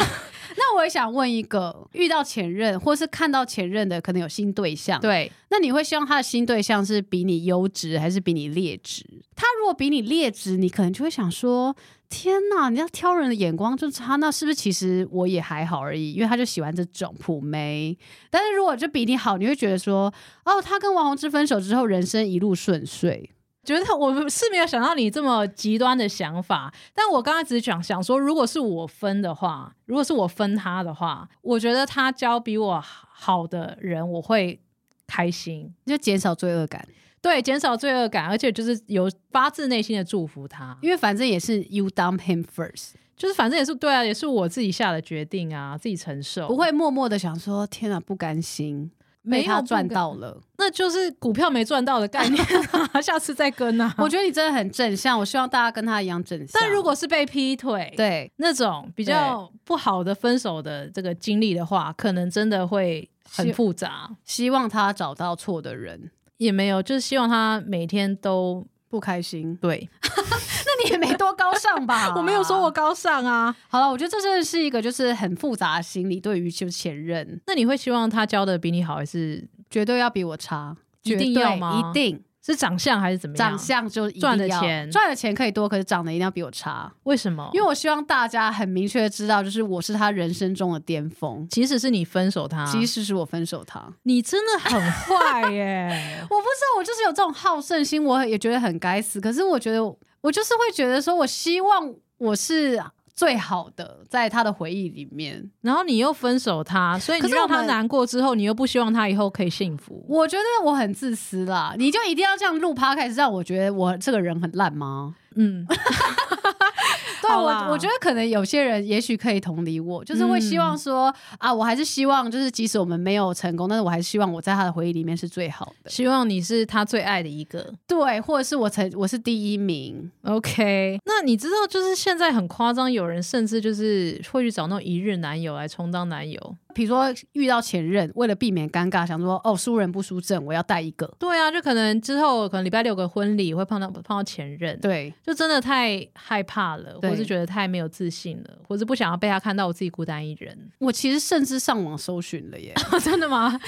Speaker 2: 那我也想问一个，遇到前任或是看到前任的，可能有新 对象，，
Speaker 1: 对，
Speaker 2: 那你会希望他的新对象是比你优质还是比你劣质？他如果比你劣质，你可能就会想说：天哪，你要挑人的眼光就差，那是不是其实我也还好而已？因为他就喜欢这种普妹。但是如果就比你好，你会觉得说：哦，他跟王宏志分手之后，人生一路顺遂。
Speaker 1: 觉得我们是没有想到你这么极端的想法，但我刚才只是想想说，如果是我分的话，如果是我分他的话，我觉得他交比我好的人，我会开心。
Speaker 2: 就减少罪恶感，
Speaker 1: 对，减少罪恶感，而且就是有发自内心的祝福他，
Speaker 2: 因为反正也是 you dump him first，
Speaker 1: 就是反正也是对啊，也是我自己下的决定啊，自己承受，
Speaker 2: 不会默默的想说天哪，不甘心，
Speaker 1: 没
Speaker 2: 被他
Speaker 1: 有不
Speaker 2: 赚
Speaker 1: 敢，
Speaker 2: 到了。
Speaker 1: 那就是股票没赚到的概念、 啊，下次再跟啊。
Speaker 2: 我觉得你真的很正向，我希望大家跟他一样正向。
Speaker 1: 但如果是被劈腿，
Speaker 2: 对，
Speaker 1: 那种比较不好的分手的这个经历的话，可能真的会很
Speaker 2: 是
Speaker 1: 复杂。
Speaker 2: 希望他找到错的人，
Speaker 1: 也没有，就是希望他每天都。
Speaker 2: 不开心
Speaker 1: 对。
Speaker 2: 那你也没多高尚 吧
Speaker 1: 我没有说我高尚啊。
Speaker 2: 好了，我觉得这真的是一个就是很复杂的心理，对于就是前任，
Speaker 1: 那你会希望他教的比你好，还是
Speaker 2: 绝对要比我差，
Speaker 1: 一定
Speaker 2: 绝对
Speaker 1: 要吗
Speaker 2: 一定，
Speaker 1: 是长相还是怎么样？
Speaker 2: 长相就一定
Speaker 1: 赚的
Speaker 2: 要
Speaker 1: 钱哦
Speaker 2: 赚的钱可以多，可是长得一定要比我差，
Speaker 1: 为什么？
Speaker 2: 因为我希望大家很明确的知道，就是我是他人生中的巅峰。
Speaker 1: 即使是你分手他，
Speaker 2: 即使是我分手他，我。
Speaker 1: 你真的很坏耶
Speaker 2: 不知道，我就是有这种好胜心，我也觉得很该死。可是我觉得，我就是会觉得说，我希望我是最好的，在他的回忆里面。
Speaker 1: 然后你又分手他，所以你
Speaker 2: 可是
Speaker 1: 让
Speaker 2: 我
Speaker 1: 他
Speaker 2: 们
Speaker 1: 难过之后，你又不希望他以后可以幸福。
Speaker 2: 我觉得我很自私啦，你就一定要这样录 podcast 让我觉得我这个人很烂吗？
Speaker 1: 嗯，
Speaker 2: 对对
Speaker 1: 好
Speaker 2: 我
Speaker 1: 啦，
Speaker 2: 我觉得可能有些人也许可以同理我，就是会希
Speaker 1: 嗯
Speaker 2: 望说、啊，我还是希望就是即使我们没有成功，但是我还是希望我在他的回忆里面是最好 的，
Speaker 1: 希望你是他最爱的一个。
Speaker 2: 对，或者是我曾我是第一名，
Speaker 1: OK，那你知道，就是现在很夸张，有人甚至就是会去找那种一日男友来充当男友。
Speaker 2: 比如说遇到前任，为了避免尴尬，想说哦输人不输阵，我要带一个，
Speaker 1: 对啊，就可能之后可能礼拜六有个婚礼会碰到碰到前任，，
Speaker 2: 对，
Speaker 1: 就真的太害怕了，
Speaker 2: 对
Speaker 1: 或是觉得太没有自信了，或是不想要被他看到我自己孤单一人。
Speaker 2: 我其实甚至上网搜寻了 耶，
Speaker 1: 真的吗？
Speaker 2: 对，就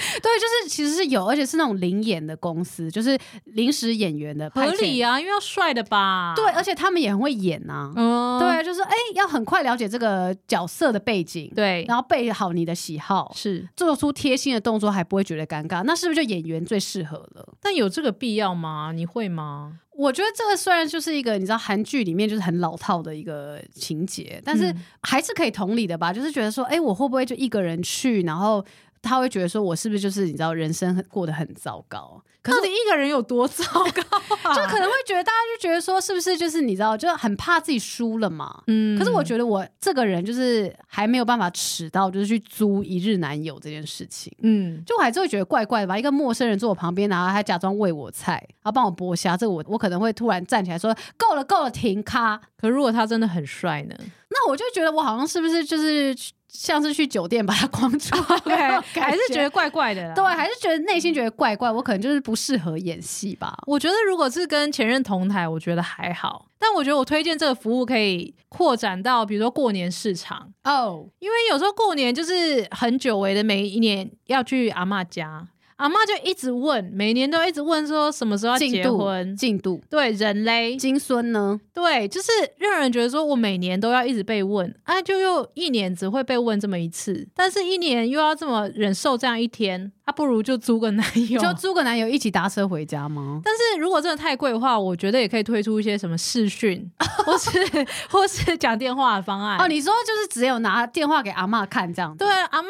Speaker 2: 是其实是有，而且是那种零演的公司，就是临时演员的，
Speaker 1: 合理
Speaker 2: 啊，
Speaker 1: 啊，因为要帅的吧？
Speaker 2: 对，，而且他们也很会演啊，
Speaker 1: 嗯，
Speaker 2: 对，就是哎、要很快了解这个角色的背景，
Speaker 1: 对，
Speaker 2: 然后备好你的喜好，
Speaker 1: 是。
Speaker 2: 做出贴心的动作还不会觉得尴尬，那是不是就演员最适合了？
Speaker 1: 但有这个必要吗？你会吗？
Speaker 2: 我觉得这个虽然就是一个你知道韩剧里面就是很老套的一个情节，但是
Speaker 1: 嗯
Speaker 2: 还是可以同理的吧。就是觉得说，哎、我会不会就一个人去，然后他会觉得说我是不是就是你知道人生很过得很糟糕？可是
Speaker 1: 到底一个人有多糟糕啊？
Speaker 2: 就 可能会觉得大家就觉得说是不是就是你知道就很怕自己输了嘛。
Speaker 1: 嗯
Speaker 2: 可是我觉得我这个人就是还没有办法耻到，就是去租一日男友这件事情。
Speaker 1: 嗯，
Speaker 2: 就我还是会觉得怪怪的吧，一个陌生人坐我旁边，然后还假装喂我菜，然后帮我剥虾，这个我我可能会突然站起来说够了够了停咖，
Speaker 1: 可如果他真的很帅呢？
Speaker 2: 那我就觉得我好像是不是就是像是去酒店把他框 住
Speaker 1: 对，
Speaker 2: 那种感
Speaker 1: 还是觉嗯得怪怪的啦。
Speaker 2: 对，还是觉得内心觉得怪怪，我可能就是不适合演戏吧。
Speaker 1: 我觉得如果是跟前任同台，我觉得还好。但我觉得我推荐这个服务可以扩展到，比如说过年市场，
Speaker 2: 哦，
Speaker 1: 因为有时候过年就是很久违的，每一年要去阿嬷家，阿嬷就一直问，每年都一直问说什么时候要
Speaker 2: 进
Speaker 1: 结
Speaker 2: 度
Speaker 1: 婚。
Speaker 2: 进度，
Speaker 1: 对人类，
Speaker 2: 金孙呢？
Speaker 1: 对，就是让人觉得说我每年都要一直被问，啊，就又一年只会被问这么一次，但是一年又要这么忍受这样一天，啊，不如就租个男友。
Speaker 2: 就租个男友一起搭车回家吗？
Speaker 1: 但是如果真的太贵的话，我觉得也可以推出一些什么视 讯，或是或是讲电话的方案。
Speaker 2: 哦，你说就是只有拿电话给阿嬷看这样子
Speaker 1: 哎对阿嬷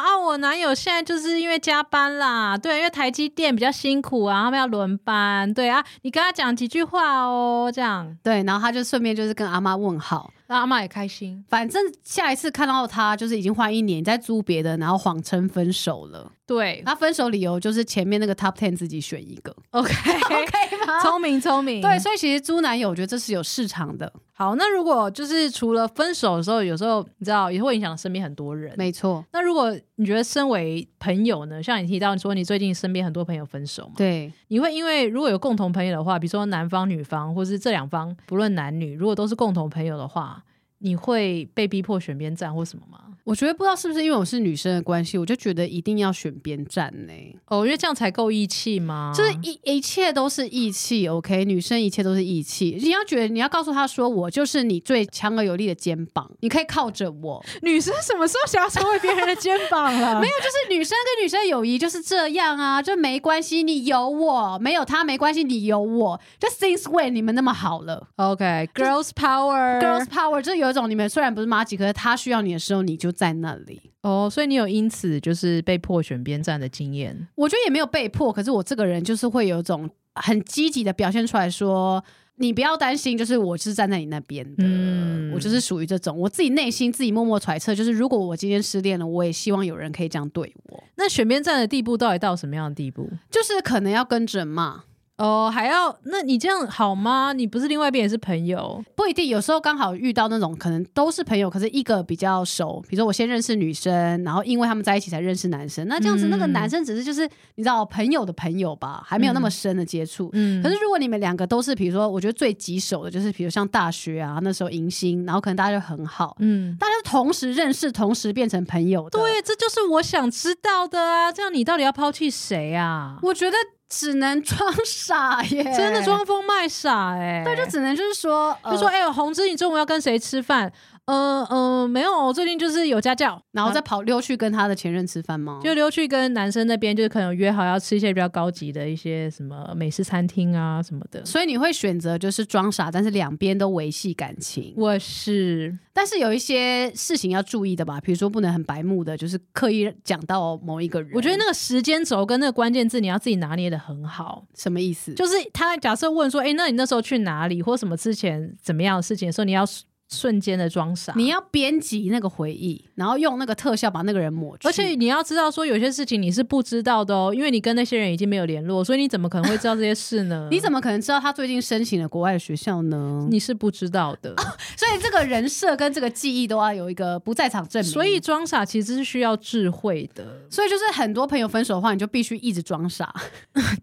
Speaker 1: 啊，我男友现在就是因为加班啦，对，因为台积电比较辛苦啊，他们要轮班，对啊，你跟他讲几句话哦，这样
Speaker 2: 对，然后他就顺便就是跟阿妈问好，
Speaker 1: 让阿嬷也开心。
Speaker 2: 反正下一次看到他就是已经换一年，再租别的，然后谎称分手了。
Speaker 1: 对
Speaker 2: 他分手理由就是前面那个 top ten 自己选一个
Speaker 1: ，OK，
Speaker 2: ，OK 吗？
Speaker 1: 聪明聪明。
Speaker 2: 对，所以其实猪男友，我觉得这是有市场的，
Speaker 1: 好，那如果就是除了分手的时候，有时候你知道也会影响身边很多人。
Speaker 2: 没错。
Speaker 1: 那如果你觉得身为朋友呢，像你提到你说你最近身边很多朋友分手嘛，
Speaker 2: 对，
Speaker 1: 你会因为如果有共同朋友的话，比如说男方、女方，或是这两方不论男女，如果都是共同朋友的话，你会被逼迫选边站或什么吗？
Speaker 2: 我觉得不知道是不是因为我是女生的关系，我就觉得一定要选边站呢、
Speaker 1: 哦，因为这样才够义气吗？
Speaker 2: 就是一一切都是义气，OK，女生一切都是义气。你要觉得你要告诉她说，我就是你最强而有力的肩膀，你可以靠着我。
Speaker 1: 女生什么时候想要成为别人的肩膀啊了？
Speaker 2: 没有，就是女生跟女生的友谊就是这样啊，就没关系，你有我，没有她没关系，你有我。就 since when 你们那么好了
Speaker 1: OK，girls power。
Speaker 2: ，girls power 就是有一种你们虽然不是妈吉，可是她需要你的时候，你就在那里。
Speaker 1: 哦，所以你有因此就是被迫选边站的经验。
Speaker 2: 我觉得也没有被迫，可是我这个人就是会有一种很积极的表现出来说，你不要担心，就是我是站在你那边的，
Speaker 1: 嗯
Speaker 2: 我就是属于这种，我自己内心自己默默揣测，就是如果我今天失恋了，我也希望有人可以这样对我，
Speaker 1: 那选边站的地步到底到什么样的地步？
Speaker 2: 就是可能要跟着骂。
Speaker 1: 哦，还要？那你这样好吗？你不是另外一边也是朋友？
Speaker 2: 不一定，有时候刚好遇到那种可能都是朋友，可是一个比较熟，比如说我先认识女生，然后因为他们在一起才认识男生，那这样子
Speaker 1: 嗯
Speaker 2: 那个男生只是就是你知道朋友的朋友吧，还没有那么深的接触。
Speaker 1: 嗯
Speaker 2: 可是如果你们两个都是，比如说我觉得最棘手的就是，比如像大学啊那时候迎新，然后可能大家就很好，
Speaker 1: 嗯，
Speaker 2: 大家是同时认识，同时变成朋友的。，
Speaker 1: 对，这就是我想知道的啊！这样你到底要抛弃谁啊？
Speaker 2: 我觉得只能装傻耶，
Speaker 1: 真的装疯卖傻哎、
Speaker 2: 对，就只能就是说，呃
Speaker 1: 就说哎、呦，红芝，你中午要跟谁吃饭？呃呃，没有，我最近就是有家教，
Speaker 2: 然后再跑溜去跟他的前任吃饭吗？
Speaker 1: 就溜去跟男生那边，就是可能约好要吃一些比较高级的一些什么美式餐厅啊什么的。
Speaker 2: 所以你会选择就是装傻，但是两边都维系感情。
Speaker 1: 我是
Speaker 2: 但是有一些事情要注意的吧，比如说不能很白目的，就是刻意讲到某一个人。
Speaker 1: 我觉得那个时间轴跟那个关键字，你要自己拿捏的很好。
Speaker 2: 什么意思？
Speaker 1: 就是他假设问说，哎、那你那时候去哪里，或什么之前怎么样的事情的时候，你要瞬间的装傻。
Speaker 2: 你要编辑那个回忆，然后用那个特效把那个人抹去。？
Speaker 1: 而且你要知道，说有些事情你是不知道的哦，因为你跟那些人已经没有联络，所以你怎么可能会知道这些事呢
Speaker 2: 你怎么可能知道他最近申请了国外的学校呢？
Speaker 1: 你是不知道的，
Speaker 2: 所以这个人设跟这个记忆都要有一个不在场证明。
Speaker 1: 所以装傻其实是需要智慧的。
Speaker 2: 所以就是很多朋友分手的话，你就必须一直装傻。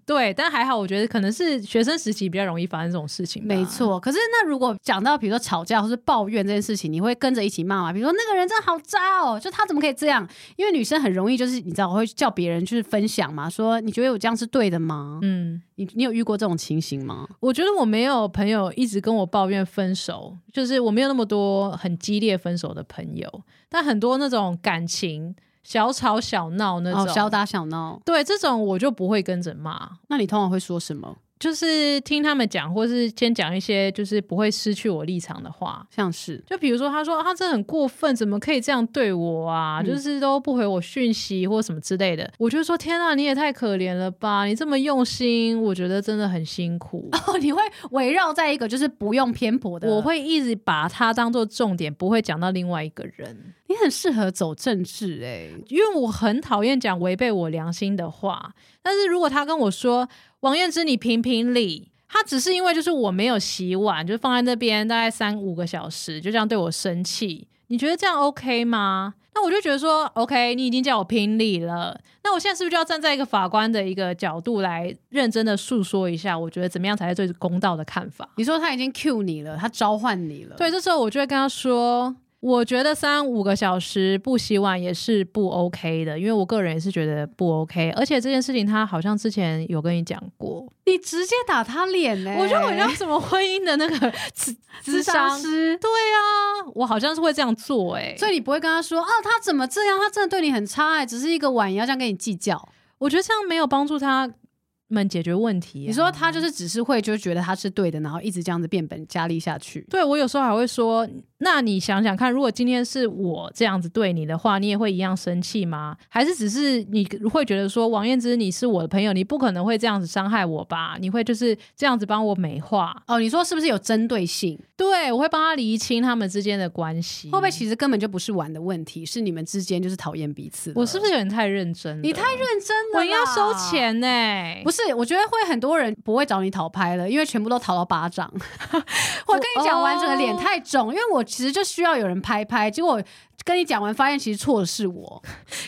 Speaker 1: 对，但还好，我觉得可能是学生时期比较容易发生这种事情。
Speaker 2: 没，错，可是那如果讲到比如说吵架或是抱怨这件事情，你会跟着一起骂吗？比如说那个人真的好渣哦，就他怎么可以这样？因为女生很容易就是你知道会叫别人去分享嘛，说你觉得我这样是对的吗？
Speaker 1: 嗯，
Speaker 2: 你你有遇过这种情形吗？
Speaker 1: 我觉得我没有朋友一直跟我抱怨分手，就是我没有那么多很激烈分手的朋友，但很多那种感情小吵小闹嗯那
Speaker 2: 哦，
Speaker 1: 种，
Speaker 2: 小打小闹，
Speaker 1: 对这种我就不会跟着骂。
Speaker 2: 那你通常会说什么？
Speaker 1: 就是听他们讲，或是先讲一些就是不会失去我立场的话。
Speaker 2: 像是
Speaker 1: 就比如说，他说啊他这很过分，怎么可以这样对我啊？
Speaker 2: 嗯
Speaker 1: 就是都不回我讯息或什么之类的。我就说天啊，你也太可怜了吧！你这么用心，我觉得真的很辛苦。
Speaker 2: 哦，你会围绕在一个就是不用偏颇的，
Speaker 1: 我会一直把它当做重点，不会讲到另外一个人，
Speaker 2: 你很适合走政治哎、
Speaker 1: 因为我很讨厌讲违背我良心的话。但是如果他跟我说王燕之，你评评理，他只是因为就是我没有洗碗，就放在那边大概三五个小时，就这样对我生气，你觉得这样 OK 吗？那我就觉得说，OK，你已经叫我评理了，那我现在是不是就要站在一个法官的一个角度来认真的诉说一下，我觉得怎么样才是最公道的看法？
Speaker 2: 你说他已经 cue 你了，他召唤你了，
Speaker 1: 对，这时候我就会跟他说，我觉得三五个小时不洗碗也是不 OK 的，因为我个人也是觉得不 OK，而且这件事情他好像之前有跟你讲过，
Speaker 2: 你直接打他脸呢、
Speaker 1: 我觉得我像什么婚姻的那个智智
Speaker 2: 智
Speaker 1: 商
Speaker 2: 商。师。
Speaker 1: 对啊，我好像是会这样做哎、
Speaker 2: 所以你不会跟他说哦，他怎么这样？他真的对你很差哎、只是一个碗也要这样跟你计较。
Speaker 1: 我觉得这样没有帮助他们解决问题啊、
Speaker 2: 你说他就是只是会就觉得他是对的，然后一直这样子变本加厉下去。
Speaker 1: 对我有时候还会说，那你想想看，如果今天是我这样子对你的话，你也会一样生气吗？还是只是你会觉得说，王燕之你是我的朋友，你不可能会这样子伤害我吧？你会就是这样子帮我美化？
Speaker 2: 哦，你说是不是有针对性？
Speaker 1: 对我会帮他厘清他们之间的关系，
Speaker 2: 会不会其实根本就不是玩的问题，是你们之间就是讨厌彼此了？
Speaker 1: 我是不是有点太认真了？
Speaker 2: 你太认真了？
Speaker 1: 我应该收。钱呢、
Speaker 2: 不是，我觉得会很多人不会找你讨拍了，因为全部都讨到巴掌。 我跟你讲完，整个脸太肿，因为我其实就需要有人拍拍，结果跟你讲完，发现其实错的是我。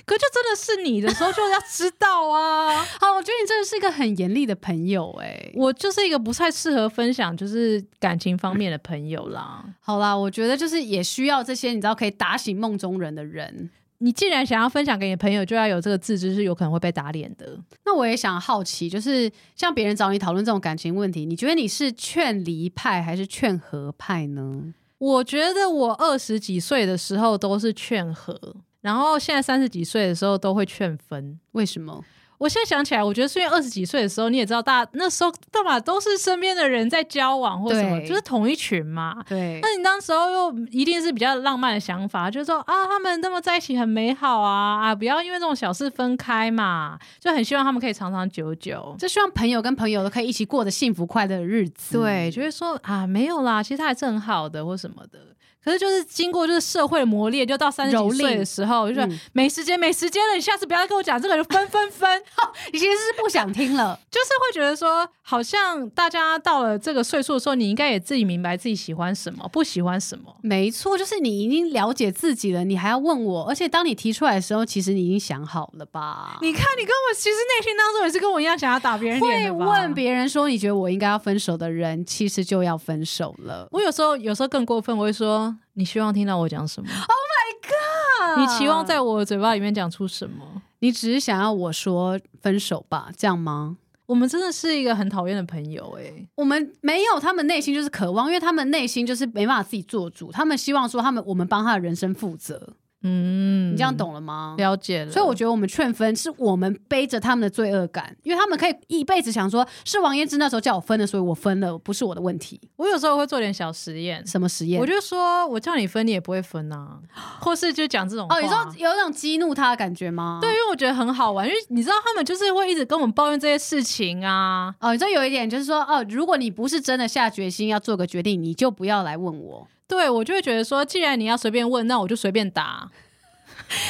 Speaker 1: 可就真的是你的时候，就要知道啊。
Speaker 2: 好，我觉得你真的是一个很严厉的朋友哎、
Speaker 1: 我就是一个不太适合分享就是感情方面的朋友啦。
Speaker 2: 好啦，我觉得就是也需要这些你知道可以打醒梦中人的人。
Speaker 1: 你既然想要分享给你朋友，就要有这个自知，是有可能会被打脸的。
Speaker 2: 那我也想好奇，就是像别人找你讨论这种感情问题，你觉得你是劝离派还是劝和派呢？
Speaker 1: 我觉得我二十几岁的时候都是劝和，然后现在三十几岁的时候都会劝分。
Speaker 2: 为什么？
Speaker 1: 我现在想起来，我觉得是因为二十几岁的时候，你也知道大，那时候干嘛都是身边的人在交往或什么，
Speaker 2: 对
Speaker 1: 就是同一群嘛。
Speaker 2: 对
Speaker 1: 那你当时候又一定是比较浪漫的想法，就是说啊，他们那么在一起很美好啊啊，不要因为这种小事分开嘛，就很希望他们可以长长久久。
Speaker 2: 就希望朋友跟朋友都可以一起过着幸福快乐的日子。
Speaker 1: 对，就会说啊，没有啦，其实他还是很好的，或什么的。可是就是经过就是社会的磨练，就到三十
Speaker 2: 蹂
Speaker 1: 几
Speaker 2: 躏
Speaker 1: 岁的时候，就说、
Speaker 2: 嗯
Speaker 1: 没时间，没时间了，你下次不要再跟我讲这个，就分分分，
Speaker 2: 你其实是不想听了，
Speaker 1: 就是会觉得说，好像大家到了这个岁数的时候，你应该也自己明白自己喜欢什么，不喜欢什么。
Speaker 2: 没错，就是你已经了解自己了，你还要问我，而且当你提出来的时候，其实你已经想好了吧？
Speaker 1: 你看，你跟我其实内心当中也是跟我一样想要打别人脸
Speaker 2: 会
Speaker 1: 的吧
Speaker 2: 问别人说你觉得我应该要分手的人，其实就要分手了。
Speaker 1: 我有时候有时候更过分，我会说，你希望听到我讲什么？Oh my god！你
Speaker 2: 嗯
Speaker 1: 期望在我嘴巴里面讲出什么？
Speaker 2: 你只是想要我说分手吧，这样吗？
Speaker 1: 我们真的是一个很讨厌的朋友哎、
Speaker 2: 我们没有，他们内心就是渴望，因为他们内心就是没办法自己做主，他们希望说他们我们帮他的人生负责，
Speaker 1: 嗯，
Speaker 2: 你这样懂了吗？
Speaker 1: 了解了。
Speaker 2: 所以我觉得我们劝分是我们背着他们的罪恶感，因为他们可以一辈子想说，是王彦之那时候叫我分的，所以我分了，不是我的问题。
Speaker 1: 我有时候会做点小实验，
Speaker 2: 什么实验？
Speaker 1: 我就说我叫你分，你也不会分 啊，或是就讲这种话
Speaker 2: 哦，你说有一种激怒他的感觉吗？
Speaker 1: 对，因。为我觉得很好玩，因为你知道他们就是会一直跟我们抱怨这些事情啊。
Speaker 2: 哦，你说有一点就是说，哦，如果你不是真的下决心要做个决定，你就不要来问我。
Speaker 1: 对我就会觉得说，既然你要随便问，那我就随便答。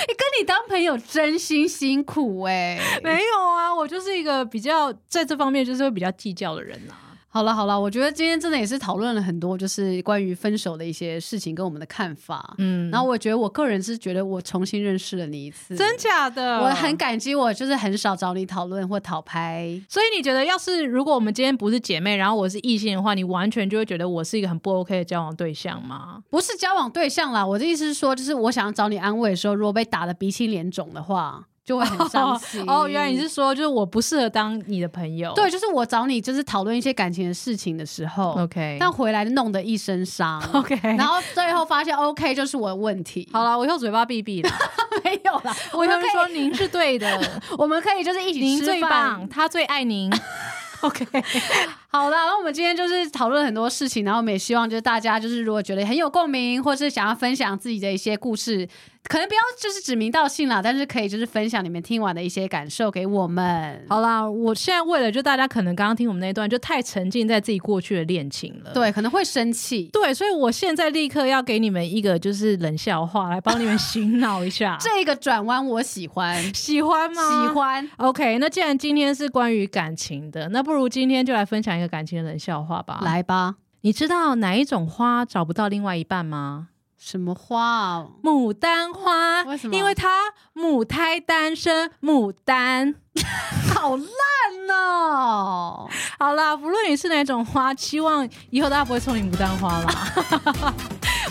Speaker 2: 跟你当朋友真心辛苦 哎、
Speaker 1: 没有啊，我就是一个比较在这方面就是会比较计较的人啊。
Speaker 2: 好了好了，我觉得今天真的也是讨论了很多，就是关于分手的一些事情跟我们的看法。
Speaker 1: 嗯
Speaker 2: 然后我觉得我个人是觉得我重新认识了你一次，
Speaker 1: 真假的，
Speaker 2: 我很。感激，我就是很少找你讨论或讨拍。
Speaker 1: 所以你觉得，要是如果我们今天不是姐妹，然后我是异性的话，你完全就会觉得我是一个很不 OK 的交往对象吗？。
Speaker 2: 不是交往对象啦，我的意思是说，就是我想要找你安慰的时候，如果被打的鼻青脸肿的话，就会很伤心
Speaker 1: 哦，原来你是说，就是我不适合当你的朋友。
Speaker 2: 对，就是我找你就是讨论一些感情的事情的时候
Speaker 1: ，OK，
Speaker 2: 但回来弄得一 身伤
Speaker 1: OK，
Speaker 2: 然后最后发现 OK 就是我的问题。
Speaker 1: 好了，我以后嘴巴闭闭了。
Speaker 2: 没有啦，
Speaker 1: 我以后就
Speaker 2: 说
Speaker 1: 说您是对 的，
Speaker 2: 我们可以就是一起
Speaker 1: 您
Speaker 2: 吃
Speaker 1: 最
Speaker 2: 饭
Speaker 1: 棒，。他最爱 您。OK，
Speaker 2: 好啦，那我们今天就是讨论很多事情，然后我们也希望就是大家就是如果觉得很有共鸣，或是想要分享自己的一些故事，可能不要就是指名道姓啦，但是可以就是分享你们听完的一些感受给我们。
Speaker 1: 好啦，我现在为了就大家可能刚刚听我们那一段，就太沉浸在自己过去的恋情了。
Speaker 2: 对，可能会生气。
Speaker 1: 对，所以我现在立刻要给你们一个就是冷笑话来帮你们 洗脑一下，
Speaker 2: 这个转弯我 喜欢，喜
Speaker 1: 喜欢吗？。
Speaker 2: 欢。
Speaker 1: OK，那既然今天是关于感情的，那不如今天就来分享一个感情的冷笑话吧。，
Speaker 2: 来吧，
Speaker 1: 你知道哪一种花找不到另外一半吗？
Speaker 2: 什么花、啊？
Speaker 1: 牡丹花，
Speaker 2: 为什么
Speaker 1: 因为它母胎单身，牡丹。
Speaker 2: 好烂哦！
Speaker 1: 好啦，不论你是哪种花，希望以后大家不会送你牡丹花 啦。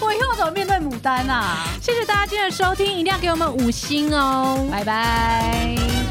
Speaker 2: 我以后怎么面对牡丹啊？
Speaker 1: 谢谢大家今天的收听，一定要给我们五星哦。
Speaker 2: 拜拜。